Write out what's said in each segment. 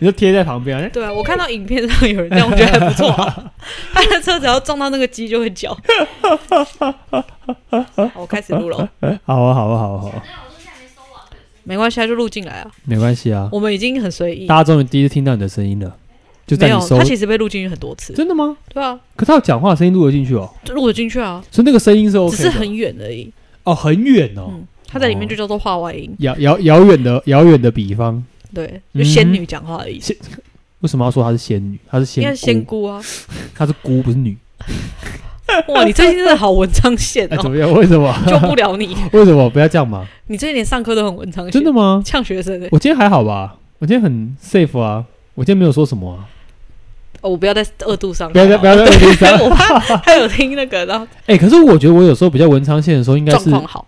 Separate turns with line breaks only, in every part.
你就贴在旁边，哎
对啊，我看到影片上有人这样，我觉得还不错、啊。他的车只要撞到那个鸡就会 叫。好，我开始录了， 哦
好啊，好啊，好啊，好啊，
没关系，他就录进来啊。
没关系啊。
我们已经很随意
大，家终于第一次听到你的声音了，就
没
在
有
你收
他，其实被录进去很多次。
真的吗？
对啊，
可他有讲话的声音录得进去哦，
就录得进去啊，
所以那个声音是 OK
只
的，
是很远而已。
哦很远哦，
嗯，他在里面就叫做话外音，
遥遥遥远的遥远的比方，
对，
嗯
就仙女讲话的意思。
为什么要说她是仙女？她是
应
仙
该
姑，
是仙姑 啊！
她是姑不是 女？
哇，你最近真的好文章线
哎，怎
哦，
么样？为什么？
救不了 你。
为什么不要这样嘛？
你最近连上课都很文章线，
真的吗？
呛学生欸
我今天还好吧？我今天很 safe 啊，我今天没有说什么啊。
哦！我不要再二度上
不要
课
再
了，
不要再二度上
我怕他有听那个，然后
哎、可是我觉得我有时候比较文昌线的时候，应该
状
是
况好。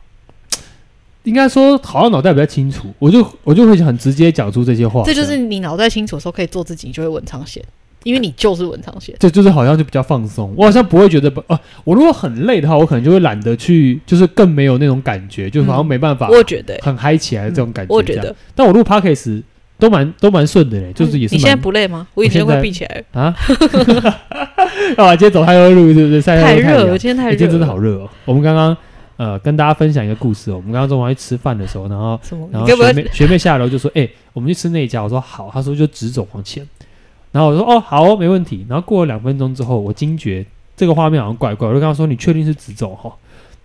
应该说好像脑袋比较清楚，我就我就会很直接讲出这些话。
这就是你脑袋清楚的时候可以做自己，你就会文昌线，因
哎
为你就是文昌线。
这样，这就是好像就比较放松。我好像不会觉得不，呃，我如果很累的话，我可能就会懒得去，就是更没有那种感觉，就是好像没办法
我也觉得欸，
很嗨起来的这种感觉。
我也觉
这样
得，嗯
但我录 podcast 都蛮都蛮顺的嘞，就是也是
你现在
蛮、
不累吗？我
我
眼睛
现
快
在
闭起来了，
啊。 干嘛今天走太多路，对不对？晒太
太
多太
热
阳
了，今天太
欸
热，
今天真的好。热哦。我们刚刚呃跟大家分享一个故事哦，我们刚刚中午去吃饭的时候，然后
什么？
然
你
后
该不
学
会
妹学妹下楼就说：“哎、我们去吃那一家。”我说：“好。”她说：“就直走往前。”然后我说：“哦，好哦，没问题。”然后过了两分钟之后，我惊觉这个画面好像怪怪，我就跟她说：“你确定是直走哈？”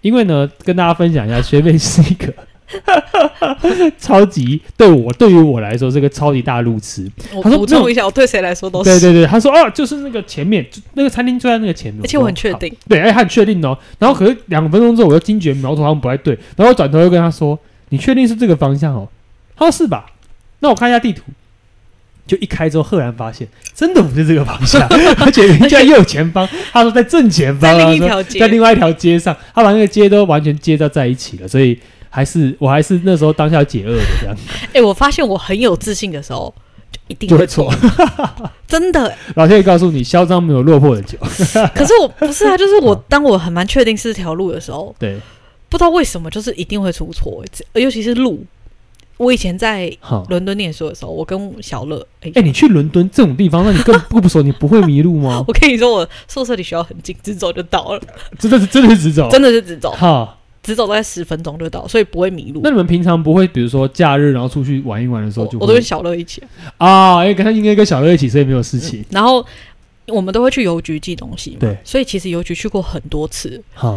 因为呢，跟大家分享一下，学妹是一个 超级对我对于我来说是个超级大路痴。
我
他说
补
没有
充一下，我对谁来说都
对
是，
对对，她说：“哦，就是那个前面，就那个餐厅就在那个前面。”
而且我很
说
确。
好
定，
对，哎、他很确定哦。然后可是两分钟之后，我又惊觉苗头好像不太对，然后我转头又跟他说：“你确定是这个方向哦？”他说：“是吧？”那我看一下地图，就一开之后，赫然发现真的不是这个方 向，而且人家右前方，他说在正前方
在
啊，
另一
说
条
在
街。
另外一条街上，他把那个街都完全接到在一起了，所以还是我还是那时候当下解饿的这样，
哎，我发现我很有自信的时候，就一定
就
会
会
错
错，。
真的 欸。
老天爷告诉你，嚣张没有落魄的久，
可是我不是啊，就是我当我很蛮确定是这条路的时候，
对，
不知道为什么就是一定会出错，这尤其是路。我以前在
好。
伦敦念书的时候，我跟小乐，哎、
哎、你去伦敦这种地方，那你更不熟，你不会迷路吗？
我跟你说，我宿舍里学校很近，直走就到了，
真的是真的是直走，
真的是直走，
哈，
直走大概十分钟就到，所以不会迷路
那。你们平常不会，比如说假日然后出去玩一玩的时
我
候就
我都
会
跟小乐一起，
啊，因为跟他应该跟小乐一起，所以没有事情。
然后我们都会去邮局寄东西嘛，
对
所以其实邮局去过很多次。
哈，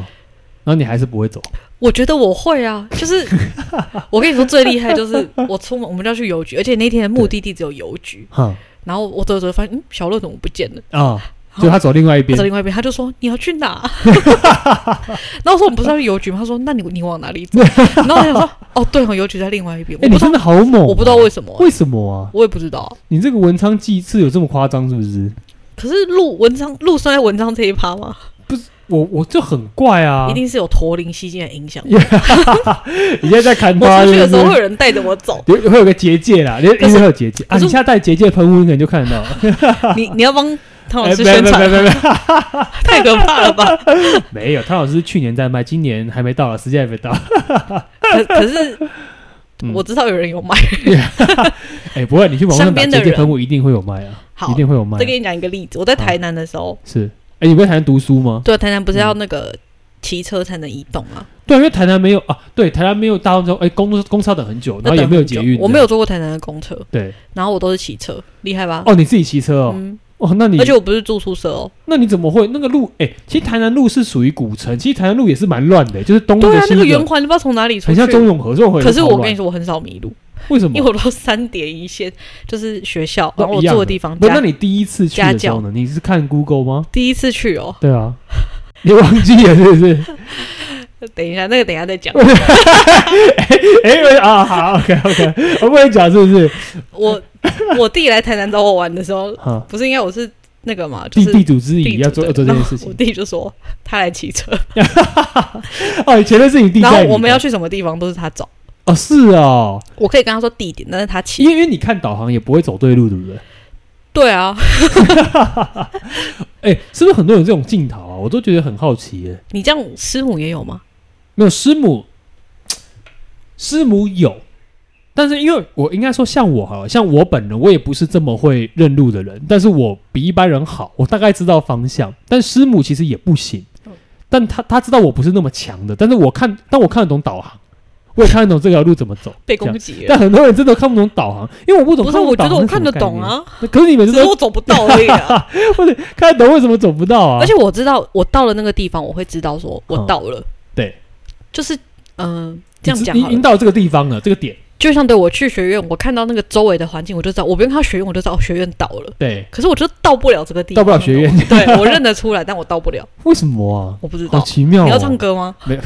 然后你还是不会走，
我觉得我会啊，就是 我跟你说最厉害就是我出门我们就要去邮局，而且那天的目的地只有邮局，
哈
然后我走着走着发现，嗯，小乐怎么不见了？
啊， 就他走另外一
他
边
走，另外一边，他就说你要去哪？ 然后我说我们不是要去邮局吗？他说那你你往哪里走？然后我想说哦对哦，邮局在另外一边，我
哎，
不
你
知道
真的好猛，
我不知道为什么，
为什么啊？
我也不知道。
你这个文昌祭祀有这么夸张是不是？
可是录文章录算在文章这一趴吗？
我我就很怪啊
一，定是有驼铃西进的影响。
你现在在看他
我出去
是
的
不
时候会
是？
有人带着我 走，
有会有个结界啦，因为
可
因
是
为会有结界啊！
可
你
是
现在带结界喷雾，你可能就看 得到。
你你要帮汤老
哎，
师
没有
哦宣
没有没有
传，
没有没有
太可怕了吧？
没有，汤老师去年在卖，今年还没到了，时间还没到。
可可是
嗯
我知道有人有买，
哎、不会，你去网上
身
打
边
结
的
界
人
喷雾一定会有卖啊，
好
一定会有卖啊、
再给你讲一个例子。我在台南的时候，
是，哎、你不是台南读书吗？
对啊台南不是要那个骑车才能移动吗？
对啊，因为台南没有啊，对，台南没有大众交，哎、公公车要等很久，嗯然后
那
也
等
没有
很久
捷运，
我没有。坐过台南的公车，
对，
然后我都是骑车，厉害吧？
哦，你自己骑车哦，
嗯，
哦，那你
而且我不是住宿舍哦，
那你怎么会那个路？哎、其实台南路是属于古城，其实台南路也是蛮乱的，就是东
对啊
的，西
那
的，
个圆环不知道从哪里出
很
去。
像中永和，中永和也
可是
超
我
乱
跟你说，我很少迷路，
为 什
因为
么？
我都三点一线，就是学校，
都
然后我
一样
住的地方
不，那
家。
你第一次去
家
的时候呢？你是看 Google 吗？
第一次去哦，
对啊，你忘记了是不是？
等一下，那个等一下再讲。
哎、啊，好，OK OK，我不会讲是不是？
我我弟来台南找我玩的时候，
哈、
不是应该我是那个嘛，
地
就是
地主之谊
地
要
主
做
对
要做这件事
然后我
情。
弟就说他来骑车，
哦，以前的事情地
然
在
后
你
我
的
们要去什么地方都是他找，
哦，是哦，
我可以跟他说地点，但是他
因
骑。
为因为你看导航也不会走对路，对不对？
对啊，
哎、是不是很多人有这种镜头啊？我都觉得很好奇耶。
你这样师母也有吗？
没有师母，师母有，但是因为我应该说像我好了，像我本人，我也不是这么会认路的人，但是我比一般人好，我大概知道方向。但师母其实也不行
嗯，
但他他知道我不是那么强的，但是我看，但我看得懂导航，我也看得懂这条路怎么走。
被
这样
攻击了。
但很多人真的看不懂导航，因为我不懂。
不是，我觉得我看得
是什么概
懂
念。
啊，
可是你们
只
知
是
道
我走不到 而已啊。
或者看得懂为什么走不到啊？
而且我知道，我到了那个地方，我会知道说我到了。
嗯对，
就是嗯、这
你
样
知
讲
你
好
引
了。
到这个地方了，这个点，
就像对我去学院，我看到那个周围的环境，我就知道，我不用看学院，我就知道哦学院倒了。
对，
可是我就到不了这个地
到
方，
不了学院
你懂吗。对我认得出来，但我到不了，
为什么啊？
我不知
好
道。
奇妙、哦！
你要唱？歌吗？
没有，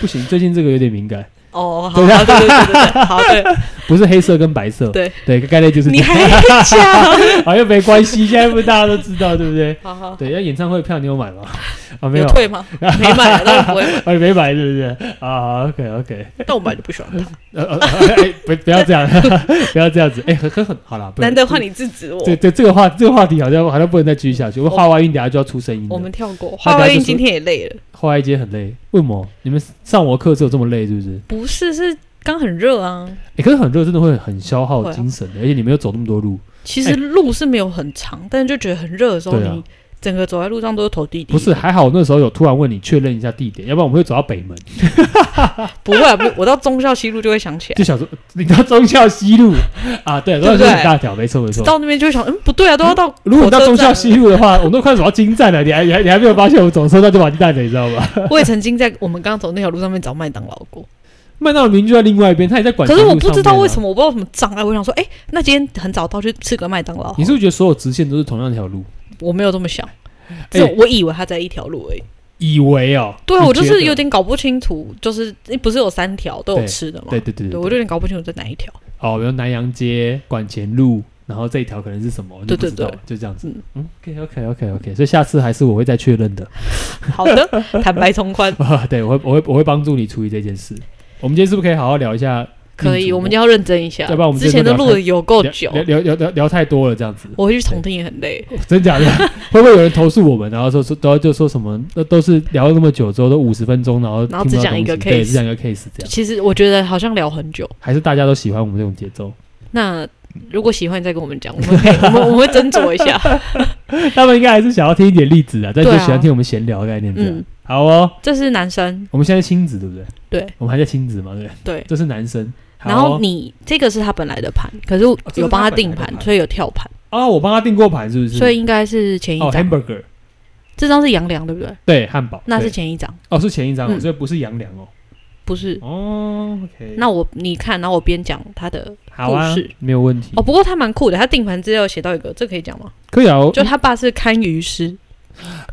不行，最近这个有点敏感，
哦，好，好对对对对对，好， 对，
不是黑色跟白色，
对
对，概念就是这
你
样，
还讲，
好像没关系，现在不大家都知道，对不对？
好好，
对，要演唱会票你有买 吗？啊， 没
有 退吗？没买，当然不会买，
啊，你没买对不对？啊，OK OK，
但我本来就不喜 欢他。
呃呃，呃哎，不不要这样， 不要这样子，哎，很很很好啦，不能
难得换你制止我，
对对，这个话这个话题好像好像不能再继续下去。我们画外音等下就要出声音了。
哦我们跳过。
那
花
等下
外
就
音
是
今天也累了，
画外街很累，为什么？你们上我课只有这么累是不是？
不是是刚很热啊。
哎，可是很热，真的会很消耗
会啊嗯
精神的，而且你们又走那么多路，
其实路是没有很长，但是就觉得很热的时候，
哎对啊
你整个走在路上都是头弟弟。
不是，还好我那时候有突然问你确认一下地点，要不然我们会走到北门，
不会啊，不，我到忠孝西路就会想起来，
就想说呃你到忠孝西路啊，对，忠孝西
对不对
路很大条，没错没错。
到那边就会想，嗯，不对啊，都要到
如果你到
火车
忠
站啊
孝西路的话，我们都快走到金站了，你还你还你还没有发现我们走车到就完蛋了，你知道吗？
了。我也曾经在我们刚走那条路上面找麦当劳过，
麦当劳明明就在另外一边，他也在管。
可是我不知道为什
么，
么，我不知道什么障碍。我想说，哎，那今天很早到去吃个麦当劳好了，
你是不是觉得所有直线都是同样一条路？
我没有这么想，就我以为它在一条路而已。
以为哦，
对啊，
哎你
我就
觉
是
得
有。点搞不清楚，就是诶不是有三条都有吃的吗？
对对对
对
对
我就有点搞不清楚在哪一条。
哦，比如南洋街、管前路，然后这一条可能是什么，我就
对
不
对
知道
对，
就这样子
嗯。
嗯，OK OK OK OK，所以下次还是我会再确认的。
好的，坦白从宽，
啊，对，我会我会我会帮助你处理这件事。我们今天是不是可以好好聊一下？
可以，我们就要认真一下。
嗯要不然我们
之前
这
的
个聊
录的有够
聊
久，
聊聊聊聊聊太多了，这样子，
我回去重听也很累。
真假的？ 会不会有人投诉我们？然后说说，然后就说什么？那都是聊了那么久之后，都五十分钟，然后
然后
听
只
不到
讲一
东
个
西对
case
只讲一个 case 这样，
其实我觉得好像聊很久。
还是大家都喜欢我们这种节奏？
那如果喜欢，你再跟我们讲，我们可以我们我们会斟酌一 下。
他们应该还是想要听一点例子啊，但就
对啊
喜欢听我们闲聊的概念这样
嗯。
好哦，
这是男生，
我们现在亲子对不对？
对
我们还在亲子嘛，对不对，
对。
这是男生。好哦哦
然后你这个是他本来的盘，可是
这是
有帮
他
他
本来
定
的
盘，
盘
所以有跳盘，
啊，我帮他订过盘是不是？
所以应该是前
哦
一张。
，hamburger
这张是杨良，对不对？
对汉堡，
那是
对
前一张，
哦是前一张哦，
嗯
所以不是羊良哦。
不是
哦，OK，
那我你看，然后我边讲他的
好啊
故事，
没有问题
哦，。不过他蛮酷的，他定盘资料写到一个，这可以讲吗？
可以啊，我
就他爸是堪舆师，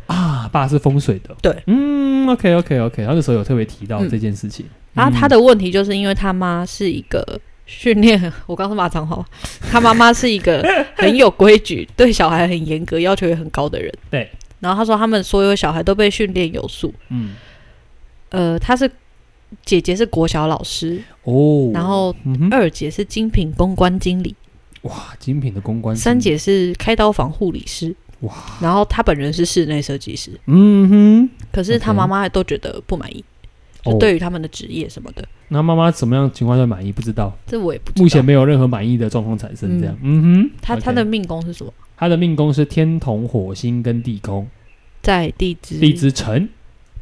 啊，爸是风水的，
对，
嗯，OK OK OK，他那时候有特别提到
嗯
这件事情，
然后
嗯
他的问题就是因为他妈是一个训练，我刚刚骂脏话，他妈妈是一个很有规矩，对小孩很严格，要求也很高的人。
对，
然后他说他们所有小孩都被训练有素，
嗯，
呃，他是姐姐是国小老师，
哦，
然后
嗯哼，
二姐是精品公关经理，
哇，精品的公关，
三，姐是开刀房护理师，
哇，
然后他本人是室内设计师。
嗯
可是他
OK
妈妈都觉得不满意，
哼，
就
哦，
对于他们的职业什么的，
那妈妈什么样情况下满意不知道，
这我也不知道。
目前没有任何满意的状况产生，这样，嗯哼，
他
OK
他的命宫是什么？
他的命宫是天同、火星跟地宫，
在地支，
地支辰，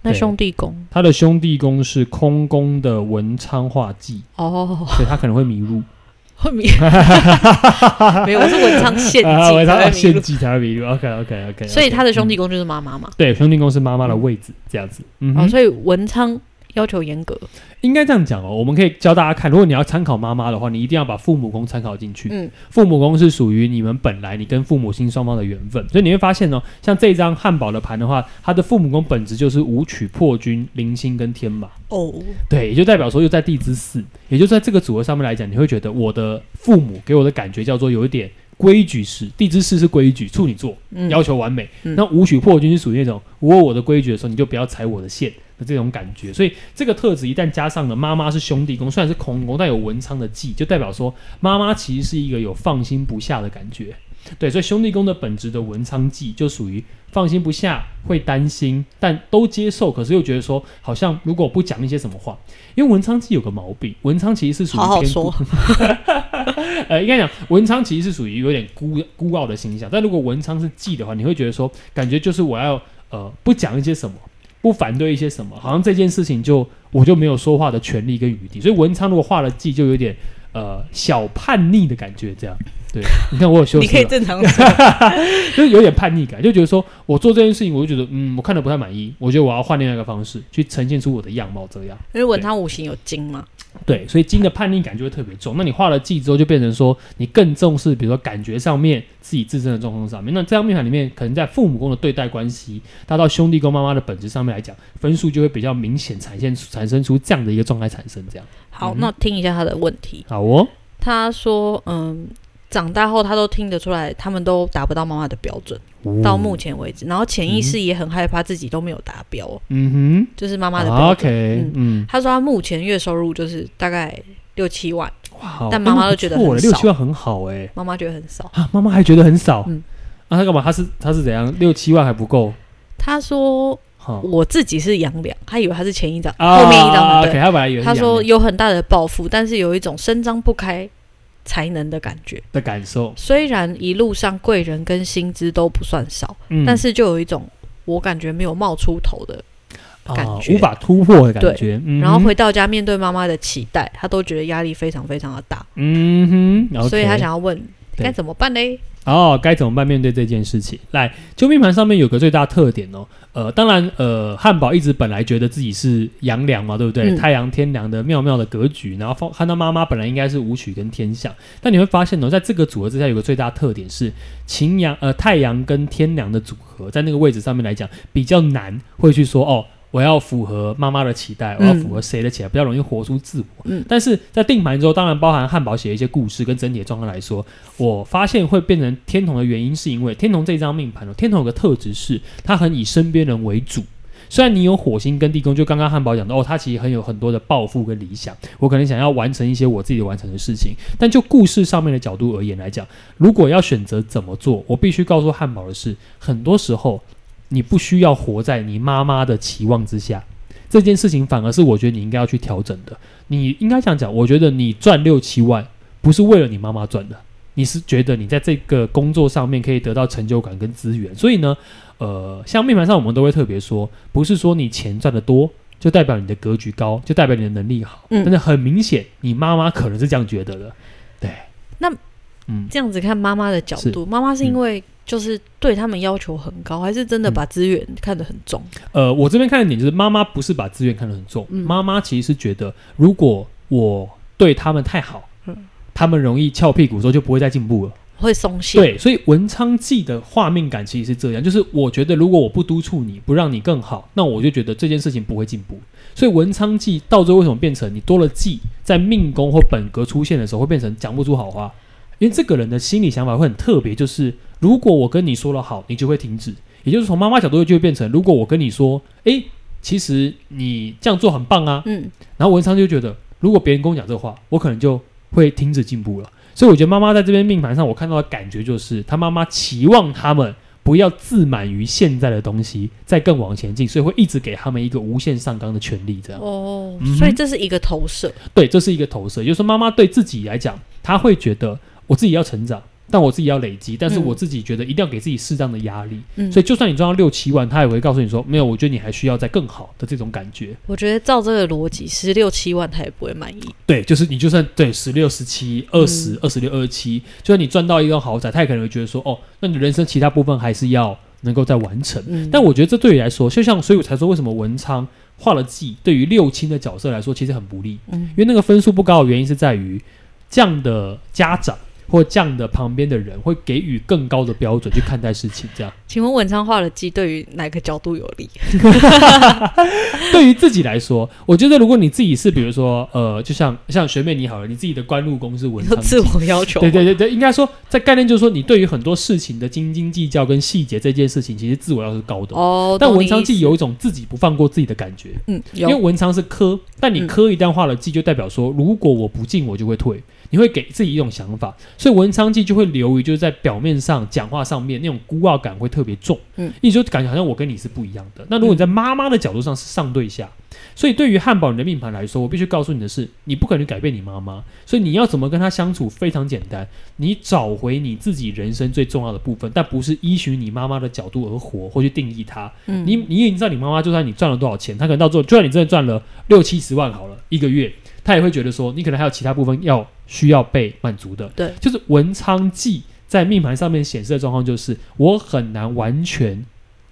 那
对
兄弟宫
他的兄弟宫是空宫的文昌化忌，
哦，
所以他可能会迷 路。
会迷，没有，我是文昌陷
啊，
阱，
文
才
昌
会迷
陷
路。
阱才会迷路。OK OK OK，嗯
所以他的兄弟宫就是妈妈嘛，
对兄弟宫是妈妈的位置，这样子。嗯
哦，
哼，
所以文昌要求严格，
应该这样讲哦。我们可以教大家看，如果你要参考妈妈的话，你一定要把父母宫参考进去。
嗯，
父母宫是属于你们本来你跟父母亲双方的缘分，所以你会发现哦，像这张汉堡的盘的话，它的父母宫本质就是武曲、破军、零星跟天马。
哦，
对，也就代表说又在地支四，也就在这个组合上面来讲，你会觉得我的父母给我的感觉叫做有一点规矩式，地支四是规矩，处女座
嗯，
要求完美，
嗯
那武曲破军是属于那种我有我的规矩的时候，你就不要踩我的线的这种感觉。所以这个特质一旦加上了妈妈是兄弟宫，虽然是空宫，但有文昌的忌，就代表说妈妈其实是一个有放心不下的感觉。对，所以兄弟宫的本质的文昌忌就属于放心不下，会担心，但都接受，可是又觉得说好像如果不讲一些什么话，因为文昌忌有个毛病，文昌其实是属于
好好
偏
说，
呃，应该讲文昌其实是属于有点孤孤傲的形象，但如果文昌是忌的话，你会觉得说，感觉就是我要呃不讲一些什么，不反对一些什么，好像这件事情就我就没有说话的权利跟余地。所以文昌如果画了忌，就有点呃小叛逆的感觉，这样。对，你看我有修
你
饰
可以
了，
正常说。
就是有点叛逆感，就觉得说我做这件事情，我就觉得嗯，我看的不太满意，我觉得我要换另外一个方式去呈现出我的样貌，这样。
因为文昌五行有金嘛，
对，所以金的叛逆感就会特别重。那你画了记之后，就变成说你更重视，比如说感觉上面自己自身的状况上面。那这张面盘里面，可能在父母宫的对待关系，它到兄弟宫妈妈的本质上面来讲，分数就会比较明显产现出产生出这样的一个状态产生。这样
好，
嗯
那听一下他的问题。
好哦，
他说，嗯，长大后他都听得出来，他们都达不到妈妈的标准，
哦
到目前为止，然后潜意识也很害怕自己都没有达标，
嗯
就是妈妈的
哼
标准。
，OK，
嗯
嗯，
他说他目前月收入就是大概六七万，
哇，
但妈妈
哎
都觉得
不错
很
六
少
七万很好哎、
妈妈觉得很少。
啊，妈妈还觉得很少，
嗯
啊，他干嘛？他是他是怎样？六七万还不够，
他说
哈、
我自己是杨两，他以为他是前一张，
啊，
后面一张的。
OK，
对，
他本来以为是
他说
养
有很大的抱负，但是有一种伸张不开才能的感觉。
的感受，
虽然一路上贵人跟薪资都不算少，
嗯
但是就有一种我感觉没有冒出头的。感
啊
觉
无法突破的感觉。嗯哼
然后回到家面对妈妈的期待，他都觉得压力非常非常的大，
嗯哼，
所以
OK
他想要问
对
该怎么办嘞？
哦，该怎么办面对这件事情？来，救命盘上面有个最大特点哦，呃，当然，呃，汉堡一直本来觉得自己是阳梁嘛，对不对？
嗯
太阳天梁的妙妙的格局，然后放看到妈妈本来应该是武曲跟天象，但你会发现哦，在这个组合之下有个最大特点是擎羊呃太阳跟天梁的组合，在那个位置上面来讲比较难，会去说哦。我要符合妈妈的期待，我要
嗯
符合谁的期待，比较容易活出自我。
嗯
但是在定盘之后，当然包含汉堡写的一些故事跟整体的状况来说，我发现会变成天童的原因，是因为天童这张命盘哦，天童有个特质是，他很以身边人为主。虽然你有火星跟地宫，就刚刚汉堡讲的哦，他其实很有很多的抱负跟理想，我可能想要完成一些我自己完成的事情。但就故事上面的角度而言来讲，如果要选择怎么做，我必须告诉汉堡的是，很多时候你不需要活在你妈妈的期望之下，这件事情反而是我觉得你应该要去调整的。你应该这样讲，我觉得你赚六七万不是为了你妈妈赚的，你是觉得你在这个工作上面可以得到成就感跟资源，所以呢，呃，像命盘上我们都会特别说，不是说你钱赚得多。就代表你的格局高，就代表你的能力好。
嗯
但是很明显，你妈妈可能是这样觉得的。对，
那
嗯，
这样子看妈妈的角度，妈妈是因为就是对他们要求很高，还是真
嗯
的把资源看得很重？
呃，我这边看的点就是，妈妈不是把资源看得很重，
嗯
妈妈其实是觉得，如果我对他们太好，
嗯
他们容易翘屁股，之后就不会再进步了。
会松懈？
对，所以文昌记的画面感其实是这样，就是我觉得如果我不督促你，不让你更好，那我就觉得这件事情不会进步。所以文昌记到最后为什么变成你多了记，在命宫或本格出现的时候会变成讲不出好话，因为这个人的心理想法会很特别，就是如果我跟你说了好，你就会停止，也就是从妈妈角度就会变成，如果我跟你说，诶，其实你这样做很棒啊，
嗯，
然后文昌就觉得，如果别人跟我讲这话，我可能就会停止进步了。所以我觉得妈妈在这边命盘上，我看到的感觉就是，她妈妈期望他们不要自满于现在的东西，再更往前进，所以会一直给他们一个无限上纲的权利。这样，
哦
嗯哼，
所以这是一个投射，
对，这是一个投射，也就是说妈妈对自己来讲，她会觉得我自己要成长，但我自己要累积，但是我自己觉得一定要给自己适当的压力。
嗯，
所以就算你赚到六七万，她也会告诉你说，没有，我觉得你还需要再更好的这种感觉。
我觉得照这个逻辑，十六七万他也不会满意。
对，就是你就算对十六、十七、二
嗯
十、二十六、二十七，就算你赚到一栋豪宅，他也可能会觉得说，哦，那你人生其他部分还是要能够再完成。
嗯，
但我觉得这对于来说，就像所以我才说，为什么文昌画了忌，对于六亲的角色来说其实很不利，
嗯
因为那个分数不高的原因是在于这样的家长或这样的旁边的人会给予更高的标准去看待事情，这 样。
请问文昌画的鸡对于哪个角度有利？
对于自己来说，我觉得如果你自己是比如说，呃，就像像学妹你好了，你自己的官禄宫是文
你
昌
说
忌，
自我要求，
对对对对，应该说，在概念就是说，你对于很多事情的斤斤计较跟细节这件事情，其实自我要求是高的。
哦，
但
懂
文
你
昌
意
记
思
有一种自己不放过自己的感觉，
嗯
因为
有
文昌是科，但你
嗯
科一旦画了记，就代表说，如果我不进，我就会退。你会给自己一种想法，所以文昌忌就会流于就是在表面上讲话上面那种孤傲感会特别重，
嗯，
你就感觉好像我跟你是不一样的。那如果你在妈妈的角度上是上对下，所以对于汉堡人的命盘来说，我必须告诉你的是，你不可能改变你妈妈，所以你要怎么跟她相处非常简单，你找回你自己人生最重要的部分，但不是依循你妈妈的角度而活或去定义它，
嗯，
你你已经知道你妈妈，就算你赚了多少钱，她可能到最后，就算你真的赚了六七十万好了，一个月，她也会觉得说，你可能还有其他部分要需要被满足的。
对，
就是文昌忌在命盘上面显示的状况，就是我很难完全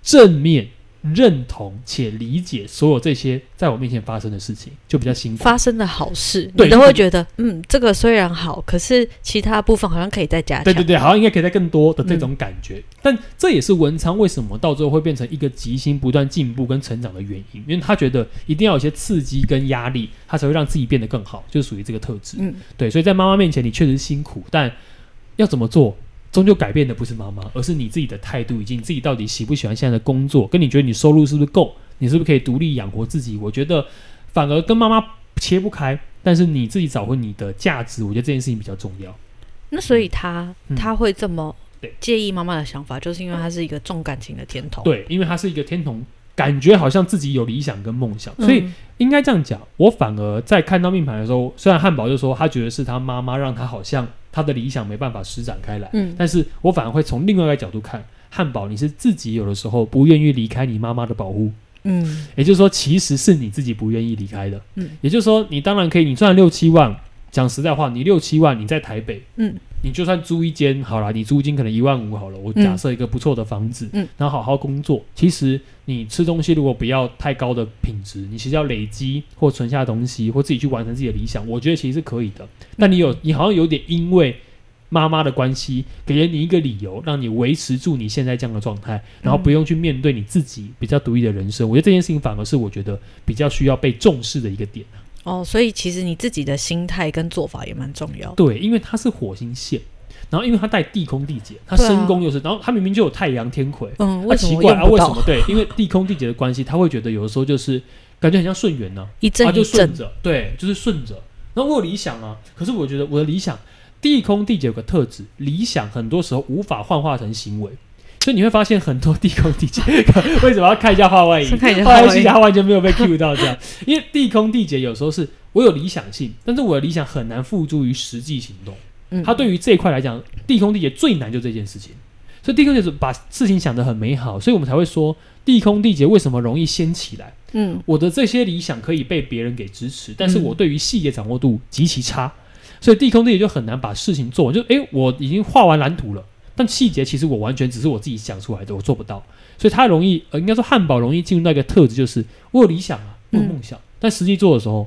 正面认同且理解所有这些在我面前发生的事情，就比较辛苦。
发生的好事，
对
你都会
你
觉得，嗯，这个虽然好，可是其他部分好像可以再加强。
对对对，好像应该可以再更多的这种感觉，但这也是文昌为什么到最后会变成一个吉星不断进步跟成长的原因，因为他觉得一定要有一些刺激跟压力，他才会让自己变得更好，就是属于这个特质。
嗯，
对，所以在妈妈面前你确实辛苦，但要怎么做，终究改变的不是妈妈，而是你自己的态度，以及你自己到底喜不喜欢现在的工作，跟你觉得你收入是不是够，你是不是可以独立养活自己？我觉得反而跟妈妈切不开，但是你自己找回你的价值，我觉得这件事情比较重要。
那所以他、
嗯
他会这么
对
介意妈妈的想法，就是因为他是一个重感情的天头。，
对，因为他是一个天童，感觉好像自己有理想跟梦想，所以
嗯、
应该这样讲。我反而在看到命盘的时候，虽然汉堡就说他觉得是他妈妈让他好像他的理想没办法施展开来，
嗯
但是我反而会从另外一个角度看，汉堡你是自己有的时候不愿意离开你妈妈的保护，
嗯
也就是说其实是你自己不愿意离开的。
嗯
也就是说，你当然可以，你赚六七万，讲实在话，你六七万你在台北，
嗯，
你就算租一间好啦，你租金可能一万五好了，我假设一个不错的房子，
嗯，
然后好好工作，其实你吃东西如果不要太高的品质，你其实要累积或存下东西，或自己去完成自己的理想，我觉得其实是可以的。但你有，你好像有点因为。妈妈的关系给了你一个理由，让你维持住你现在这样的状态，然后不用去面对你自己比较独立的人生。我觉得这件事情反而是我觉得比较需要被重视的一个点。
哦，所以其实你自己的心态跟做法也蛮重要的。
对，因为它是火星线，然后因为它带地空地劫，它
对啊
申宫又是，然后它明明就有太阳天魁，啊
嗯，为什
奇
么
怪
用
啊，
不
为
到？
什么？对，因为地空地劫的关系，他会觉得有的时候就是感觉很像顺缘呢、
一
他、
阵
啊就
一阵
顺，着，对，就是顺着。那我有理想啊，可是我觉得我的理想，地空地劫有个特质，理想很多时候无法幻化成行为。所以你会发现很多地空地劫， 为什么要看一下画外音？
看一 下
后
画
来
外
其
音
实他完全没有被 cue 到这样，因为地空地劫有时候是我有理想性，但是我的理想很难付诸于实际行动。
嗯
他对于这一块来讲，地空地劫最难就这件事情，所以地空地劫把事情想得很美好，所以我们才会说地空地劫为什么容易掀起来。
嗯
我的这些理想可以被别人给支持，但是
嗯
我对于细节掌握度极其差，所以地空地也就很难把事情做完。就诶，我已经画完蓝图了，但细节其实我完全只是我自己想出来的，我做不到。所以他容易，呃，应该说汉堡容易进入到一个特质，就是我有理想啊，我有梦想，但实际做的时候，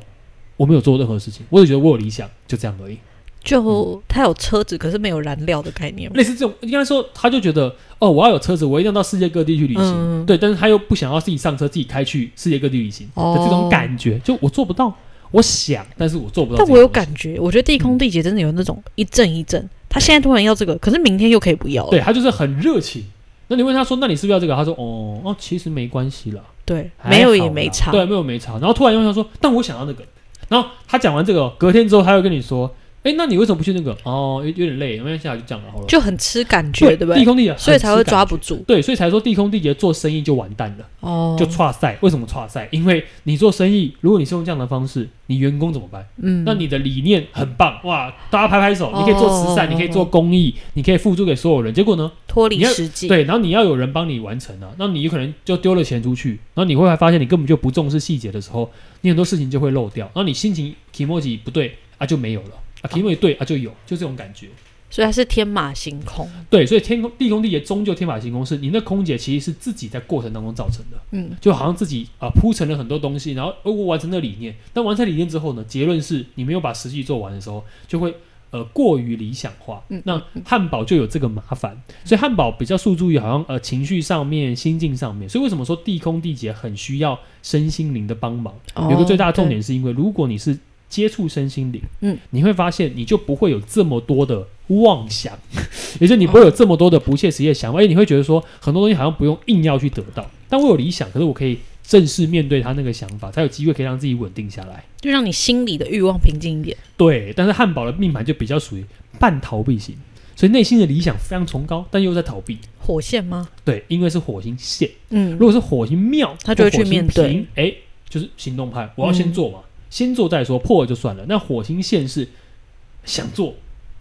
我没有做任何事情，我只觉得我有理想，就这样而已。嗯
就他有车子，可是没有燃料的概念。
类似这种，应该说他就觉得哦，我要有车子，我一定要到世界各地去旅行。
嗯
对，但是他又不想要自己上车自己开去世界各地旅行
哦
的这种感觉，就我做不到，我想，但是我做不到。
嗯但我有，感觉，我觉得地
嗯
空地劫真的有那种一阵一阵，他现在突然要这个，可是明天又可以不要了。
对他就是很热情。那你问他说，那你是不是要这个？他说，哦哦，其实没关系啦，
对，
还
没有也
好啦
没差。
对，没有没差。然后突然又他说，但我想要那个。然后他讲完这个，隔天之后他又跟你说，哎，那你为什么不去那个？哦，有有点累，没关系啊，就讲了好了。
就很吃感觉，对不
地
对？
空地啊也，
所以才会抓。不住。
对，所以才说地空地劫做生意就完蛋了。
哦，
就差赛。为什么差赛？因为你做生意，如果你是用这样的方式，你员工怎么办？
嗯，
那你的理念很棒哇，大家拍拍手，你可以做慈善，
哦
你可以做公益，你可以付诸给所有人。结果呢？
脱离
你要
实际，
对，然后你要有人帮你完成啊，那你有可能就丢了钱出去，然后你会发现你根本就不重视细节的时候，你很多事情就会漏掉，然后你心情 e m o j 不对啊就没有了啊 e m o j 对啊就有，就这种感觉。
所以它是天马行空。
对，所以天空地空地劫终究天马行空是，你那空姐其实是自己在过程当中造成的。
嗯，
就好像自己啊铺陈了很多东西，然后呃我完成了理念，但完成理念之后呢，结论是你没有把实际做完的时候，就会呃过于理想化。
嗯
那汉堡就有这个麻烦，所以汉堡比较诉诸于好像呃情绪上面、心境上面。所以为什么说地空地劫很需要身心灵的帮忙？有一个最大的重点是因为，如果你是接触身心灵，
哦嗯，
你会发现你就不会有这么多的妄想，也就是你不会有这么哎多的不切实际的想法，而且你会觉得说很多东西好像不用硬要去得到。但我有理想，可是我可以正式面对他那个想法，才有机会可以让自己稳定下来。
就让你心里的欲望平静一点。
对，但是汉堡的命盘就比较属于半逃避型，所以内心的理想非常崇高，但又在逃避。
火线吗？
对，因为是火星线，
嗯
如，果是火星庙，
他就会去
或火星
面对嗯
平。哎、就是行动派，我要先做嘛，先做再说，破了就算了。那火星线是想做，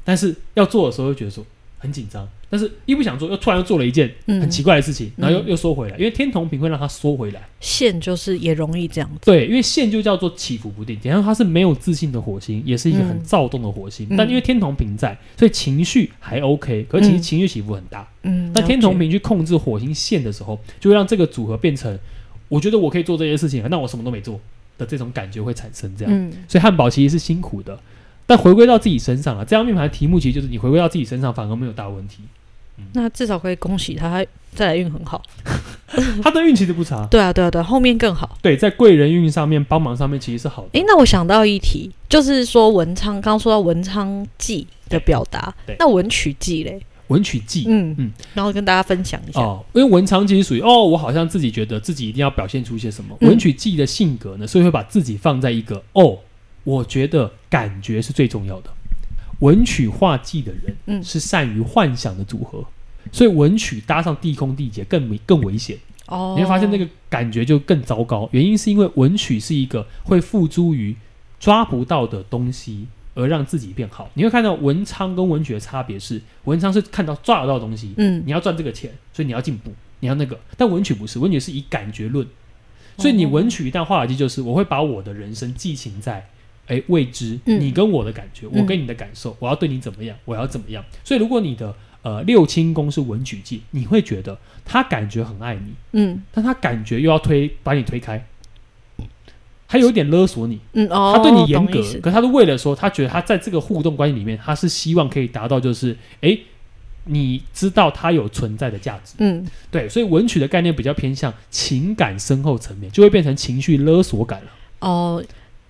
但是要做的时候又觉得说很紧张，但是一不想做，又突然又做了一件
嗯
很奇怪的事情，然后又、
嗯
又缩回来，因为天同平会让他缩回来。
线就是也容易这样子。
对，因为线就叫做起伏不定，然后它是没有自信的火星，也是一个很
嗯
躁动的火星。
嗯
但因为天同平在，所以情绪还 OK，可是其实
嗯
情绪起伏很大。
嗯，
那天同
平
平去控制火星线的时候，就会让这个组合变成，我觉得我可以做这些事情，那我什么都没做的这种感觉会产生这样。
嗯
所以汉堡其实是辛苦的，但回归到自己身上了。这张命盘的题目其实就是你回归到自己身上，反而没有大问题。
那至少可以恭喜他，他再来运很好。嗯
他的运气都不差，
对啊，对啊，对啊，后面更好。
对，在贵人运上面帮忙上面其实是好的。
诶，那我想到一题，就是说文昌，刚刚说到文昌记的表达
对对，
那文曲记嘞，
文曲记。
嗯
嗯
嗯，然后跟大家分享一下。
哦，因为文昌其实属于哦，我好像自己觉得自己一定要表现出些什么。
嗯
文曲记的性格呢，所以会把自己放在一个哦，我觉得感觉是最重要的。文曲化忌的人，
嗯
是善于幻想的组合，所以文曲搭上地空地劫更危更危险。
哦
你会发现那个感觉就更糟糕。原因是因为文曲是一个会付诸于抓不到的东西而让自己变好。你会看到文昌跟文曲的差别是，文昌是看到抓得到的东西，
嗯
你要赚这个钱，所以你要进步，你要那个。但文曲不是，文曲是以感觉论，
哦
所以你文曲一旦化了忌，就是我会把我的人生寄情在。哎，未知，
嗯
你跟我的感觉，我跟你的感受，我要对你怎么样，我要怎么样。所以，如果你的呃六亲宫是文曲忌，你会觉得他感觉很爱你，
嗯
但他感觉又要推把你推开，他有点勒索你，
嗯哦，
他对你严
懂
格，
意思
可是他是为了说，他觉得他在这个互动关系里面，他是希望可以达到就是，诶，你知道他有存在的价值，
嗯
对，所以文曲的概念比较偏向情感深厚层面，就会变成情绪勒索感了。
哦，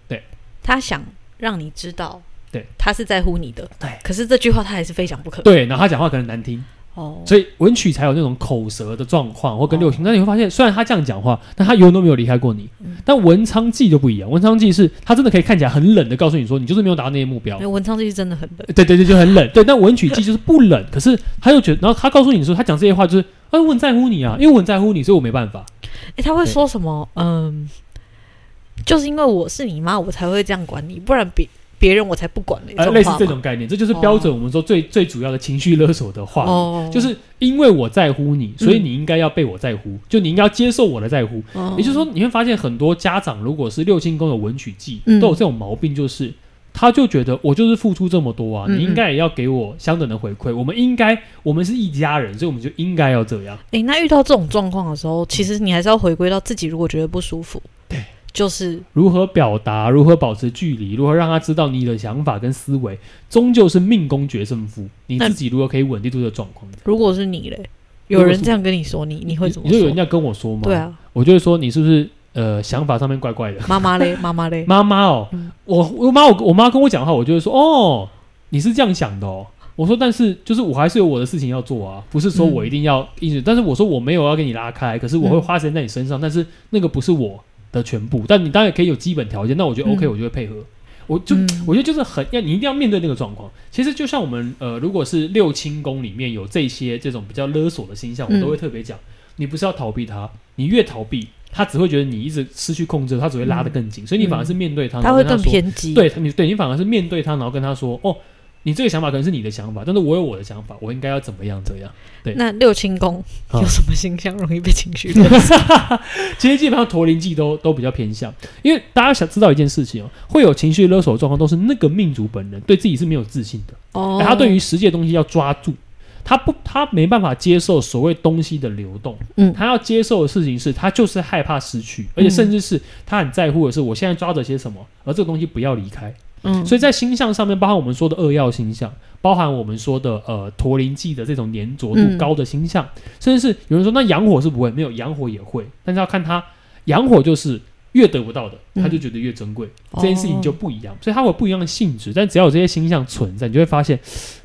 对，
他想让你知道，
对，
他是在乎你的，
对
可是这句话他还是非讲不可。
对，然后他讲话可能难听，
哦，
所以文曲才有那种口舌的状况，或跟六亲。但你会发现，虽然他这样讲话，但他永远都没有离开过你。
嗯
但文昌记就不一样，文昌记是他真的可以看起来很冷的告诉你说，你就是没有达到那些目标
因为。文昌这句真的很冷。
对对对，就很冷。对，但文曲记就是不冷，可是他又觉得，然后他告诉你说，他讲这些话就是，哎，我很在乎你啊，因为我很在乎你，所以我没办法。
哎、他会
对
说什么？嗯，就是因为我是你妈，我才会这样管你，不然别别人我才不管嘞、
呃，类
种
似
话
这
嘛
种概念，这就是标准我们说最、最主要的情绪勒索的话，
哦，嗯
就是因为我在乎你，所以你应该要被我在乎，就你应该要接受我的在乎。
哦，
也就是说，你会发现很多家长如果是六亲宫的文曲忌，
嗯
都有这种毛病，就是他就觉得我就是付出这么多啊，
嗯嗯
你应该也要给我相等的回馈。我们应该，我们是一家人，所以我们就应该要这样。
哎、那遇到这种状况的时候，其实你还是要回归到自己，如果觉得不舒服，
嗯对，
就是
如何表达，如何保持距离，如何让他知道你的想法跟思维，终究是命宫决胜负。你
那
自己如何可以稳定住这个状况？
如果是你嘞，
如果
有
是
人这样跟你说你，你会怎么
你就有
说
人？要跟我说吗？
对，啊，
我就会说你是不是呃想法上面怪怪的？
妈妈嘞， 妈妈嘞，
妈妈哦，
嗯
我我妈我我妈跟我讲话，我就会说哦，你是这样想的哦。我说，但是就是我还是有我的事情要做啊，不是说我一定要一直。但是我说我没有要跟你拉开，可是我会
嗯
花时间在你身上，但是那个不是我的全部。但你当然可以有基本条件，那我觉得 OK，、
嗯
我就会配合。我就、
嗯
我觉得就是很要你一定要面对那个状况。其实就像我们呃，如果是六亲宫里面有这些这种比较勒索的星象，我
嗯
都会特别讲，你不是要逃避他，你越逃避，他只会觉得你一直失去控制，他只会拉得更紧，所以你反而是面对他，然
嗯他
后
会
跟他
更
说，
偏激。，
对你对你反而是面对他，然后跟他说，哦，你这个想法可能是你的想法，但是我有我的想法，我应该要怎么样这样。
那六亲宫
啊
有什么形象容易被情 绪勒索？
其实基本上驼铃记都都比较偏向，因为大家想知道一件事情哦，会有情绪勒索的状况，都是那个命主本人对自己是没有自信的。
哦，
他对于实际的东西要抓住，他不，他没办法接受所谓东西的流动，
嗯
他要接受的事情是他就是害怕失去，而且甚至是他很在乎的是我现在抓着些什么，而这个东西不要离开。
嗯，
所以在星象上面，包含我们说的二曜星象，包含我们说的呃驼铃记的这种粘着度
嗯
高的星象，甚至是有人说那阳火是不会，没有阳火也会，但是要看他阳火就是越得不到的，
嗯
他就觉得越珍贵。这件事情就
哦
不一样，所以它会有 不一样的性质。但只要有这些星象存在，你就会发现，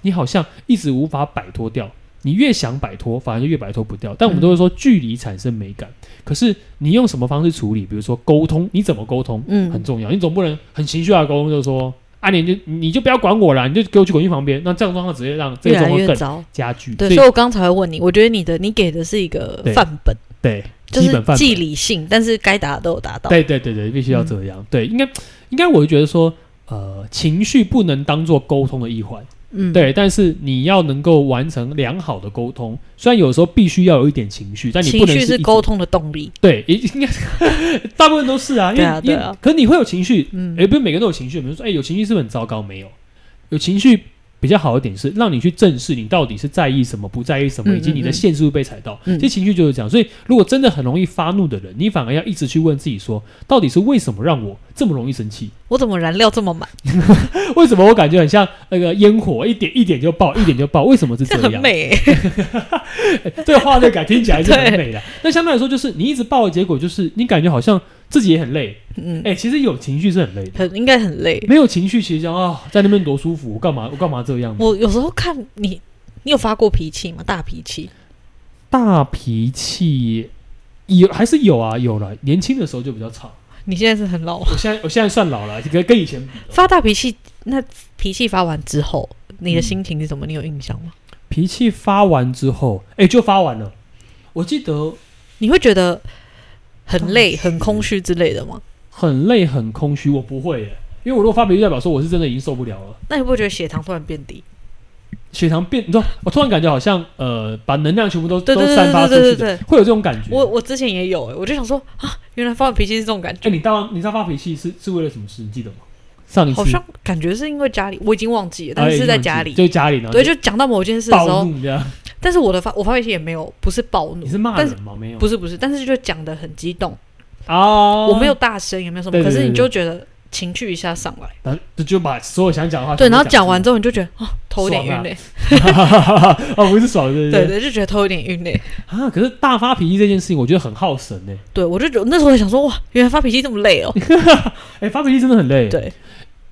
你好像一直无法摆脱掉。你越想摆脱，反而就越摆脱不掉。但我们
嗯
都会说距离产生美感，可是你用什么方式处理？比如说沟通，你怎么沟通
嗯
很重要。你总不能很情绪化的沟通，就是说啊，你就你就不要管我啦，你就给我去滚去旁边。那这样状况直接让这个
越来
状况
越
更
糟。
加剧。
对，
所
所
以
以我刚才问你，我觉得你的你给的是一个
对
范本，
对，
就
基
是
本范本
既理性，但是该达的都有达到。
对对对对，必须要这
嗯
样。对，应该应该，我会觉得说，呃，情绪不能当做沟通的一环。
嗯，
对，但是你要能够完成良好的沟通，虽然有时候必须要有一点情绪，但你不
情
能
绪
一
是
直
沟通的动力。
对，也应该 大部分都是啊，因为、
对啊
因
对
为
啊
可是你会有情绪，
嗯
也、不是每个人都有情绪。比如说，哎、有情绪是不是很糟糕？没有，有情绪比较好一点是让你去正视你到底是在意什么，不在意什么，
嗯
以及你的
嗯嗯
线是不是被踩到。
嗯
其实情绪就是这样，所以如果真的很容易发怒的人，你反而要一直去问自己说，到底是为什么让我这么容易生气？
我怎么燃料这么满？
为什么我感觉很像那个烟火，一点一点就爆，一点就爆？为什么是这
这
样？
很美、欸，
这个画面感听起来是很
对
美的。那相对来说，就是你一直抱的结果，就是你感觉好像自己也很累。
嗯，
哎、其实有情绪是很累的，
很应该很累。
没有情绪其实想啊、在那边多舒服，我干嘛我干嘛这样？
我有时候看你，你有发过脾气吗？大脾气？
大脾气有还是有啊，有了。年轻的时候就比较吵，
你现在是很老，
我现在我现在算老了，跟跟以前比
发大脾气，那脾气发完之后，你的心情是什么？你有印象吗？
脾气发完之后，哎、就发完了。我记得
你会觉得很累、
当时
很空虚之类的吗？
很累很空虚，我不会耶，因为我如果发脾气，代表说我是真的已经受不了了。
那你不会觉得血糖突然变低？
血糖变，你知道，我突然感觉好像呃，把能量全部都
对对
都
对
散发出
对对
去
对
的
对，
会有这种感觉。
我我之前也有、欸，我就想说啊，原来发完脾气是这种感
哎、
觉，
你当你知道发脾气是是为了什么事？你记得吗？上一次
好像感觉是因为家里，我已经忘记了，
哎
但是是在
忘记
家
了
里。
就是家里，然后
对，就讲到某件事的时
暴
候，
怒这样。
但是我的发我发脾气也没有，不是暴怒
你，是骂
但是
人吗？没有，
不是不是，但是就讲的很激动，
啊，
我没有，大声，也没有什么，
对对
可
对
是你
对
就觉得情绪一下上来，
然后就就把所有想啊讲的话
对，
全部
然后讲
出
完之后你就觉得哦，头有点
爽啊
晕嘞，
来， 哦，不是爽，对
对
对对
对，就觉得头有点晕嘞，
啊！可是大发脾气这件事情，我觉得很耗神呢。
对我就觉得那时候想说哇，原来发脾气这么累哦，
哎，发脾气真的很累，
对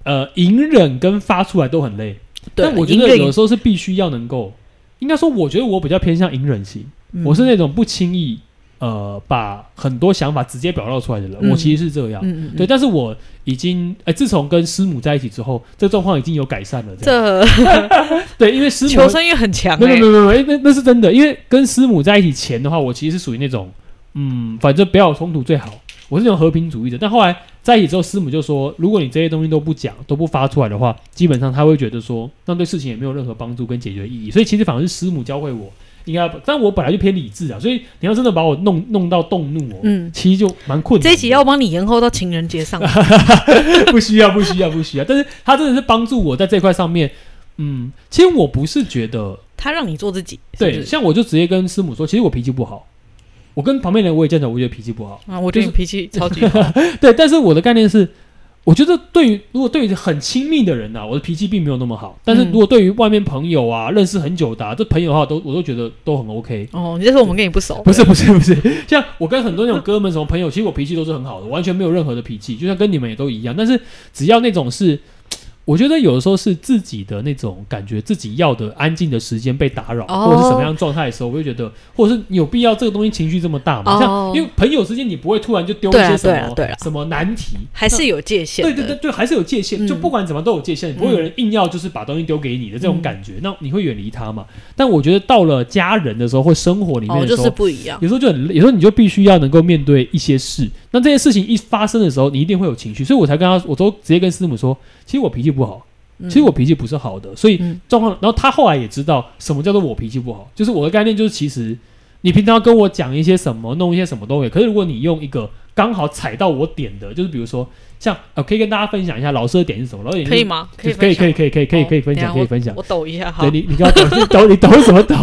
呃，隐忍跟发出来都很累，
对，
但我觉
隐
得
忍
有时候是必须要能够，应该说，我觉得我比较偏向隐忍型。
嗯
我是那种不轻易呃把很多想法直接表露出来的人，
嗯
我其实是这样。
嗯嗯嗯
对，但是我已经，哎、自从跟师母在一起之后，这状况已经有改善了。这样
这
对，因为师母
求生欲很强
没有没
哎，
有没有没有，那那是真的。因为跟师母在一起前的话，我其实是属于那种，嗯，反正不要有冲突最好。我是那种和平主义的。但后来在一起之后，师母就说，如果你这些东西都不讲、都不发出来的话，基本上他会觉得说，那对事情也没有任何帮助跟解决意义。所以其实反而是师母教会我应该要，但我本来就偏理智啊，所以你要真的把我弄弄到动怒哦。
嗯，
其实就蛮困难的。
这一集要帮你延后到情人节上，
不需要，不需要，不需要。但是他真的是帮助我在这块上面，嗯，其实我不是觉得
他让你做自己，是不
对，
是
像我就直接跟师母说，其实我脾气不好，我跟旁边人我也这样讲，我觉得脾气不好。
啊，我觉得
就
你脾气超级 好，
对，但是我的概念是，我觉得对于如果对于很亲密的人呐、啊我的脾气并没有那么好。但是
嗯
如果对于外面朋友啊，认识很久的、啊、这朋友的话，都我都觉得都很 OK。
哦，你这是我们跟你不熟，
不是不是不是，像我跟很多那种哥们什么朋友，其实我脾气都是很好的，完全没有任何的脾气，就像跟你们也都一样。但是只要那种是，我觉得有的时候是自己的那种感觉，自己要的安静的时间被打扰，
哦
或者是什么样状态的时候，我会觉得，或者是你有必要这个东西情绪这么大吗？
哦
像因为朋友之间你不会突然就丢一
对啊
些什么、
对啊对啊
什么难题，
还是有界限
对
的，
对对对，还是有界限，
嗯嗯
就不管怎么都有界限，不会有人硬要就是把东西丢给你的这种感觉，那你会远离他嘛？但我觉得到了家人的时候或生活里面
哦，
的
就
时候，
是不一样，
有时候就很累，有时候你就必须要能够面对一些事。那这些事情一发生的时候，你一定会有情绪，所以我才跟他，我都直接跟师母说，其实我脾气不好，
嗯
其实我脾气不是好的，所以
嗯
状况。然后他后来也知道什么叫做我脾气不好，就是我的概念就是，其实你平常跟我讲一些什么，弄一些什么东西，可是如果你用一个刚好踩到我点的，就是比如说像呃，可以跟大家分享一下老师的点是什么，老师的点
可以
就是
吗？
就是
可
可以
以
可以可以可以可以可以分
哦等一
享
下
可以分享
我，我抖一下，好
对，你你刚刚 懂你懂你懂什么懂？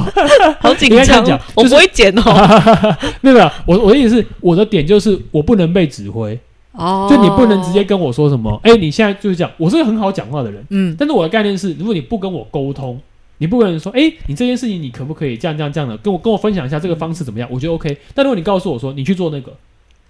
好紧
应该这样
张
讲，
我
就是
不会剪哦。
没有没有，我我的意思是，我的点就是我不能被指挥，
哦
就你不能直接，跟我说什么，哎、你现在就是讲，我是个很好讲话的人，
嗯，
但是我的概念是，如果你不跟我沟通，你不跟人说，哎、你这件事情你可不可以这样这样这样的，跟我跟我分享一下这个方式怎么样，我觉得 OK。但如果你告诉我说你去做那个，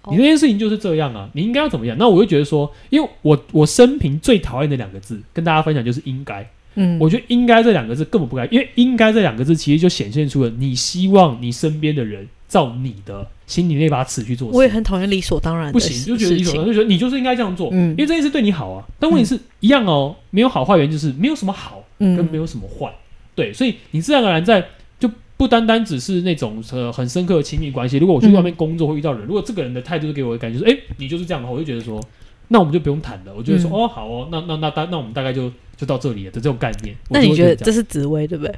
哦
你这件事情就是这样啊，你应该要怎么样，那我就觉得说，因为我我生平最讨厌的两个字，跟大家分享就是应该。
嗯，
我觉得“应该”这两个字根本不该，因为“应该”这两个字其实就显现出了你希望你身边的人照你的心里那把尺去做
我也
事，
很讨厌理所当然
不
的
行
事
就觉得理
事
所当
情。
然，就觉得你就是应该这样做，
嗯
因为这件事对你好啊。但问题是，一样哦，没有好坏原因，就是没有什么好跟没
嗯，
有什么坏，对，所以你自然而然在就不单单只是那种呃很深刻的亲密关系。如果我去
嗯
外面工作会遇到人，如果这个人的态度给我的感觉就是，哎、你就是这样的话，我就觉得说，那我们就不用谈了。我就会说，
嗯
哦，好哦，那那那大那我们大概就就到这里了的这种概念。
那
我就
你
会
觉得
这
这
样？
是紫薇对不对？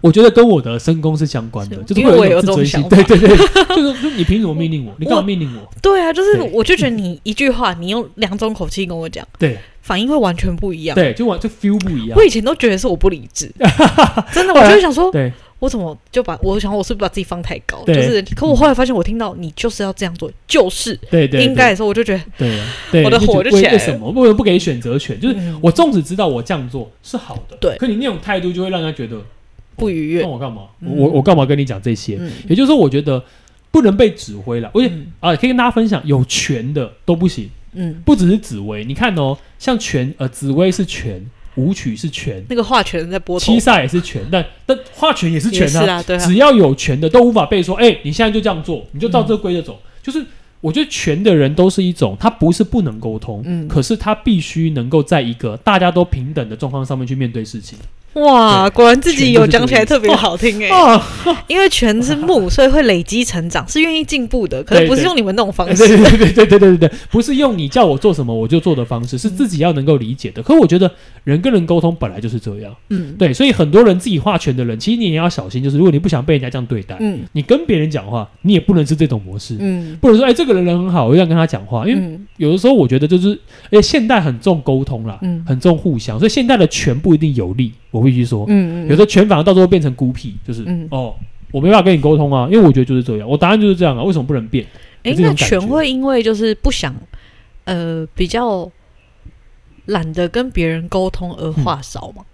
我觉得跟我的身宫是相关的，
是
就是
因为
会
我也
有
有
一种自
这
尊心。
种想
对对 对，就是就是你凭什么命令我？你干嘛
我
命令我？
对啊，就是
对
我就觉得你一句话，你用两种口气跟我讲，
对
反应会完全不一样。
对，就完就 feel 不一样
我。以前都觉得是我不理 智，真的，我
后来
就会想说，
对
我怎么就把我想我是不是把自己放太高？就
对
是，可我后来发现，我听到你就是要这样做，就是
对对，
应该的时候，我就觉得，
对对啊对，
我的
就
火
觉得
就起
为
来
为
了
什么为什么不给选择权？就是
嗯
我纵使知道我这样做是好的，
对
可你那种态度就会让人家觉得，
不愉悦
那，我干嘛？
嗯
我我干嘛跟你讲这些？
嗯，
也就是说，我觉得不能被指挥了，而且
嗯
啊，可以跟大家分享，有权的都不行，
嗯，
不只是紫薇，你看哦，像权呃，紫薇是权，舞曲是权，
那个话全在拨头
七，煞也是权，但但化权也是
也
权
是
啊，
啊，对啊，
只要有权的都无法被说，哎、你现在就这样做，你就照这个规则走。就是我觉得权的人都是一种，他不是不能沟通，
嗯
可是他必须能够在一个大家都平等的状况上面去面对事情。
哇，果然自己有讲起来
全都
特
是这个意思
别好听哎、
啊，
因为全是木，所以会累积成长，是愿意进步的，可是不
对
是
对
用你们那种方
对 对
式，
对对对对对对，不是用你叫我做什么我就做的方式，
嗯
是自己要能够理解的。可我觉得人跟人沟通本来就是这样，
嗯
对，所以很多人自己画权的人，其实你也要小心，就是如果你不想被人家这样对待，
嗯
你跟别人讲话，你也不能是这种模式，
嗯
不能说哎、这个人人很好，我就想跟他讲话，因为
嗯
有的时候我觉得就是，而且现代很重沟通啦，
嗯
很重互相，所以现代的权不一定有利，我必须说，
嗯，
有的权反而到最后变成孤僻，就是、
嗯
哦，我没办法跟你沟通啊，因为我觉得就是这样，我答案就是这样啊，为什么不能变？
哎、
有这种
那
感
全
觉
会因为就是不想，呃，比较懒得跟别人沟通而
嗯
话少嘛？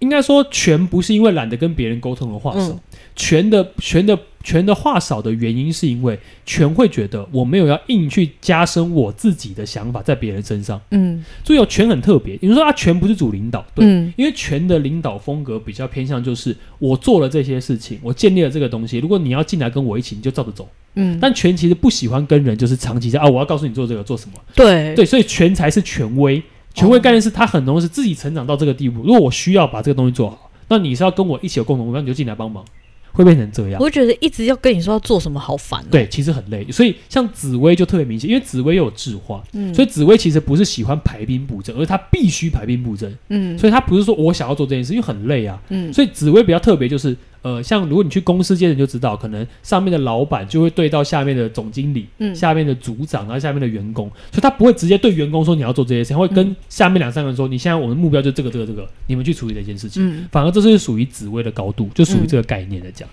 应该说权不是因为懒得跟别人沟通而话少
嗯，
权的权的权的话少的原因是因为权会觉得我没有要硬去加深我自己的想法在别人身上，
嗯
所以有权很特别，你说啊，权不是主领导，对，
嗯
因为权的领导风格比较偏向就是我做了这些事情，我建立了这个东西。如果你要进来跟我一起，你就照着走。
嗯，
但权其实不喜欢跟人就是长期在啊，我要告诉你做这个做什么。
对
对，所以权才是权威。权威概念是他很容易是自己成长到这个地步。如果我需要把这个东西做好，那你是要跟我一起有共同目标，你就进来帮忙，会变成这样。
我就觉得一直要跟你说要做什么，好烦、哦。，
对，其实很累。所以像紫薇就特别明显，因为紫薇有智化，
嗯，
所
以
以紫薇其实不是喜欢排兵布阵，而是她必须排兵布阵。
嗯，
所以她不是说我想要做这件事，因为很累啊。
嗯，
所以紫薇比较特别，就是呃，像如果你去公司接人就知道，可能上面的老板就会对到下面的总经理、
嗯
下面的组长，然后下面的员工，所以他不会直接对员工说你要做这些事，他会跟
嗯
下面两三个人说，你现在我们目标就这个、这个、这个，你们去处理这件事情。
嗯
反而这是属于紫薇的高度，就属于这个概念来讲。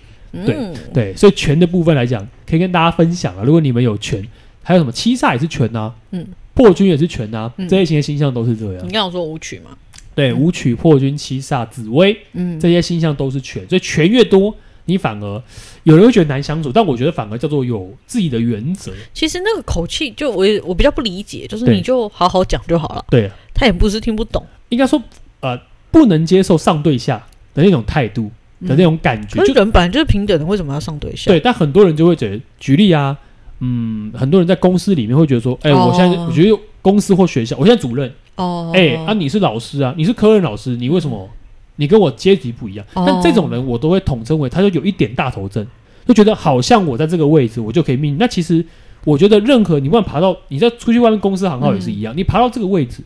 对啊
嗯
对，所以权的部分来讲，可以跟大家分享啊。如果你们有权，还有什么七煞也是权呐、
嗯
破军也是权呐、
嗯
这类型的星象都是这样。
你刚刚有说舞曲嘛？
对，武曲、破军、七煞、紫薇，
嗯，
这些星象都是权，所以权越多，你反而有人会觉得难相处，但我觉得反而叫做有自己的原则。
其实那个口气，就我也我比较不理解，就是
对
你就好好讲就好了。
对，
他也不是听不懂
应该说呃，不能接受上对下的那种态度的那，种感
嗯
觉，
可是
就
人本来就是平等的，为什么要上对象？
对。但很多人就会觉得，举例啊，嗯，很多人在公司里面会觉得说，哎、
哦
我现在我觉得公司或学校，我现在主任，
哦，嗯
哎、啊，你是老师啊，你是科任老师，你为什么你跟我阶级不一样？
哦
但这种人我都会统称为，他就有一点大头症，就觉得好像我在这个位置我就可以命。那其实我觉得任何你不管爬到你在出去外面公司行号也是
嗯
一样，你爬到这个位置，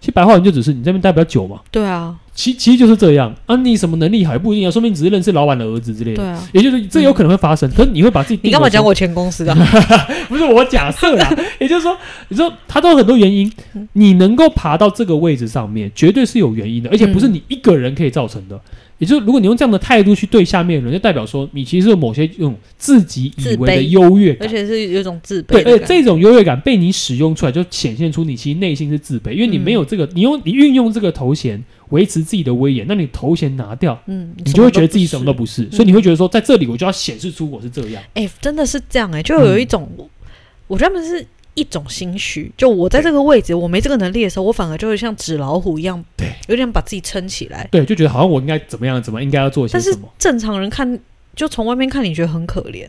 其实白话文就只是你在那边待比较久嘛，
对啊，
其其实就是这样啊。你什么能力好也不一定啊，说明只是认识老板的儿子之类
对
的。
啊。
也就是这有可能会发生，可是你会把自己定
你干嘛
位成
讲我前公司的啊？
不是我假设啦，也就是说，你说它都有很多原因，你能够爬到这个位置上面，绝对是有原因的，而且不是你一个人可以造成的。也就是，如果你用这样的态度去对下面的人，就代表说你其实有某些这种自己以为的
自卑
优越
而
感。
且是有一种自
对，
卑
而
的
且
感觉。
这种优越感被你使用出来，就显现出你其实内心是自卑，因为你没有这个，你用你运用这个头衔维持自己的威严，那你头衔拿掉，
嗯，
你就会觉得自己什么都
不
不是，所以你会觉得说，在这里我就要显示出我是这样。嗯
哎、真的是这样哎、就有一种，我觉得他们是一种心虚，就我在这个位置，我没这个能力的时候，我反而就会像纸老虎一样，
对，
有点把自己撑起来。
对，就觉得好像我应该怎么样，怎么样应该要做些
但是
什么。
正常人看，就从外面看，你觉得很可怜。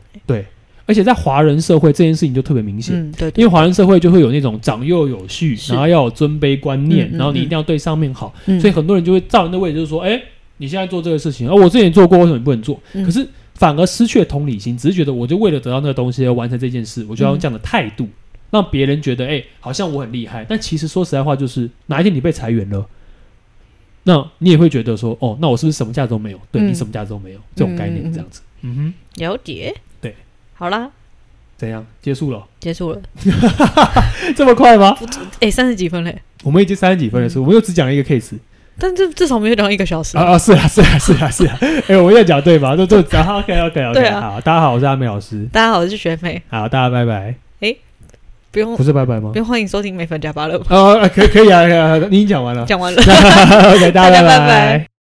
而且在华人社会，这件事情就特别明显。
嗯，对
因
对
为华人社会就会有那种长幼有序，
是
然后要有尊卑观念，
嗯嗯
然后你一定要对上面好，
嗯
所以很多人就会照人的位置，就是说，哎、你现在做这个事情，而、啊我之前也做过，为什么你不能做？
嗯
可是反而失去了同理心，只是觉得我就为了得到那个东西而完成这件事，我就要用这样的态
嗯
度，让别人觉得，哎、好像我很厉害。但其实说实在话，就是哪一天你被裁员了。那你也会觉得说，哦，那我是不是什么价值都没有？对、
嗯
你什么价值都没有，这种概
嗯嗯
念
嗯
这样子，嗯哼，
了解。
对，
好啦，
怎样？结束 了？
结束了。
这么快吗？
哎，三十几分嘞，
我们已经三十几分了，
嗯
是、我们又只讲了一个 case，
但这至少没有讲一个小时。
啊啊，是啊是啊是啊是 啊，哎、我要讲对吧？都都讲 OK OK OK，
对啊
好，大家好，我是阿美老师，
大家好，我是学妹，
好，大家拜拜，
不用
不是拜拜吗哦
不？用欢迎收听《美粉加八乐》，
哦，啊可以可以啊，可以啊你已经讲完了
讲完了。
，OK，大
大
家拜
家拜拜
拜。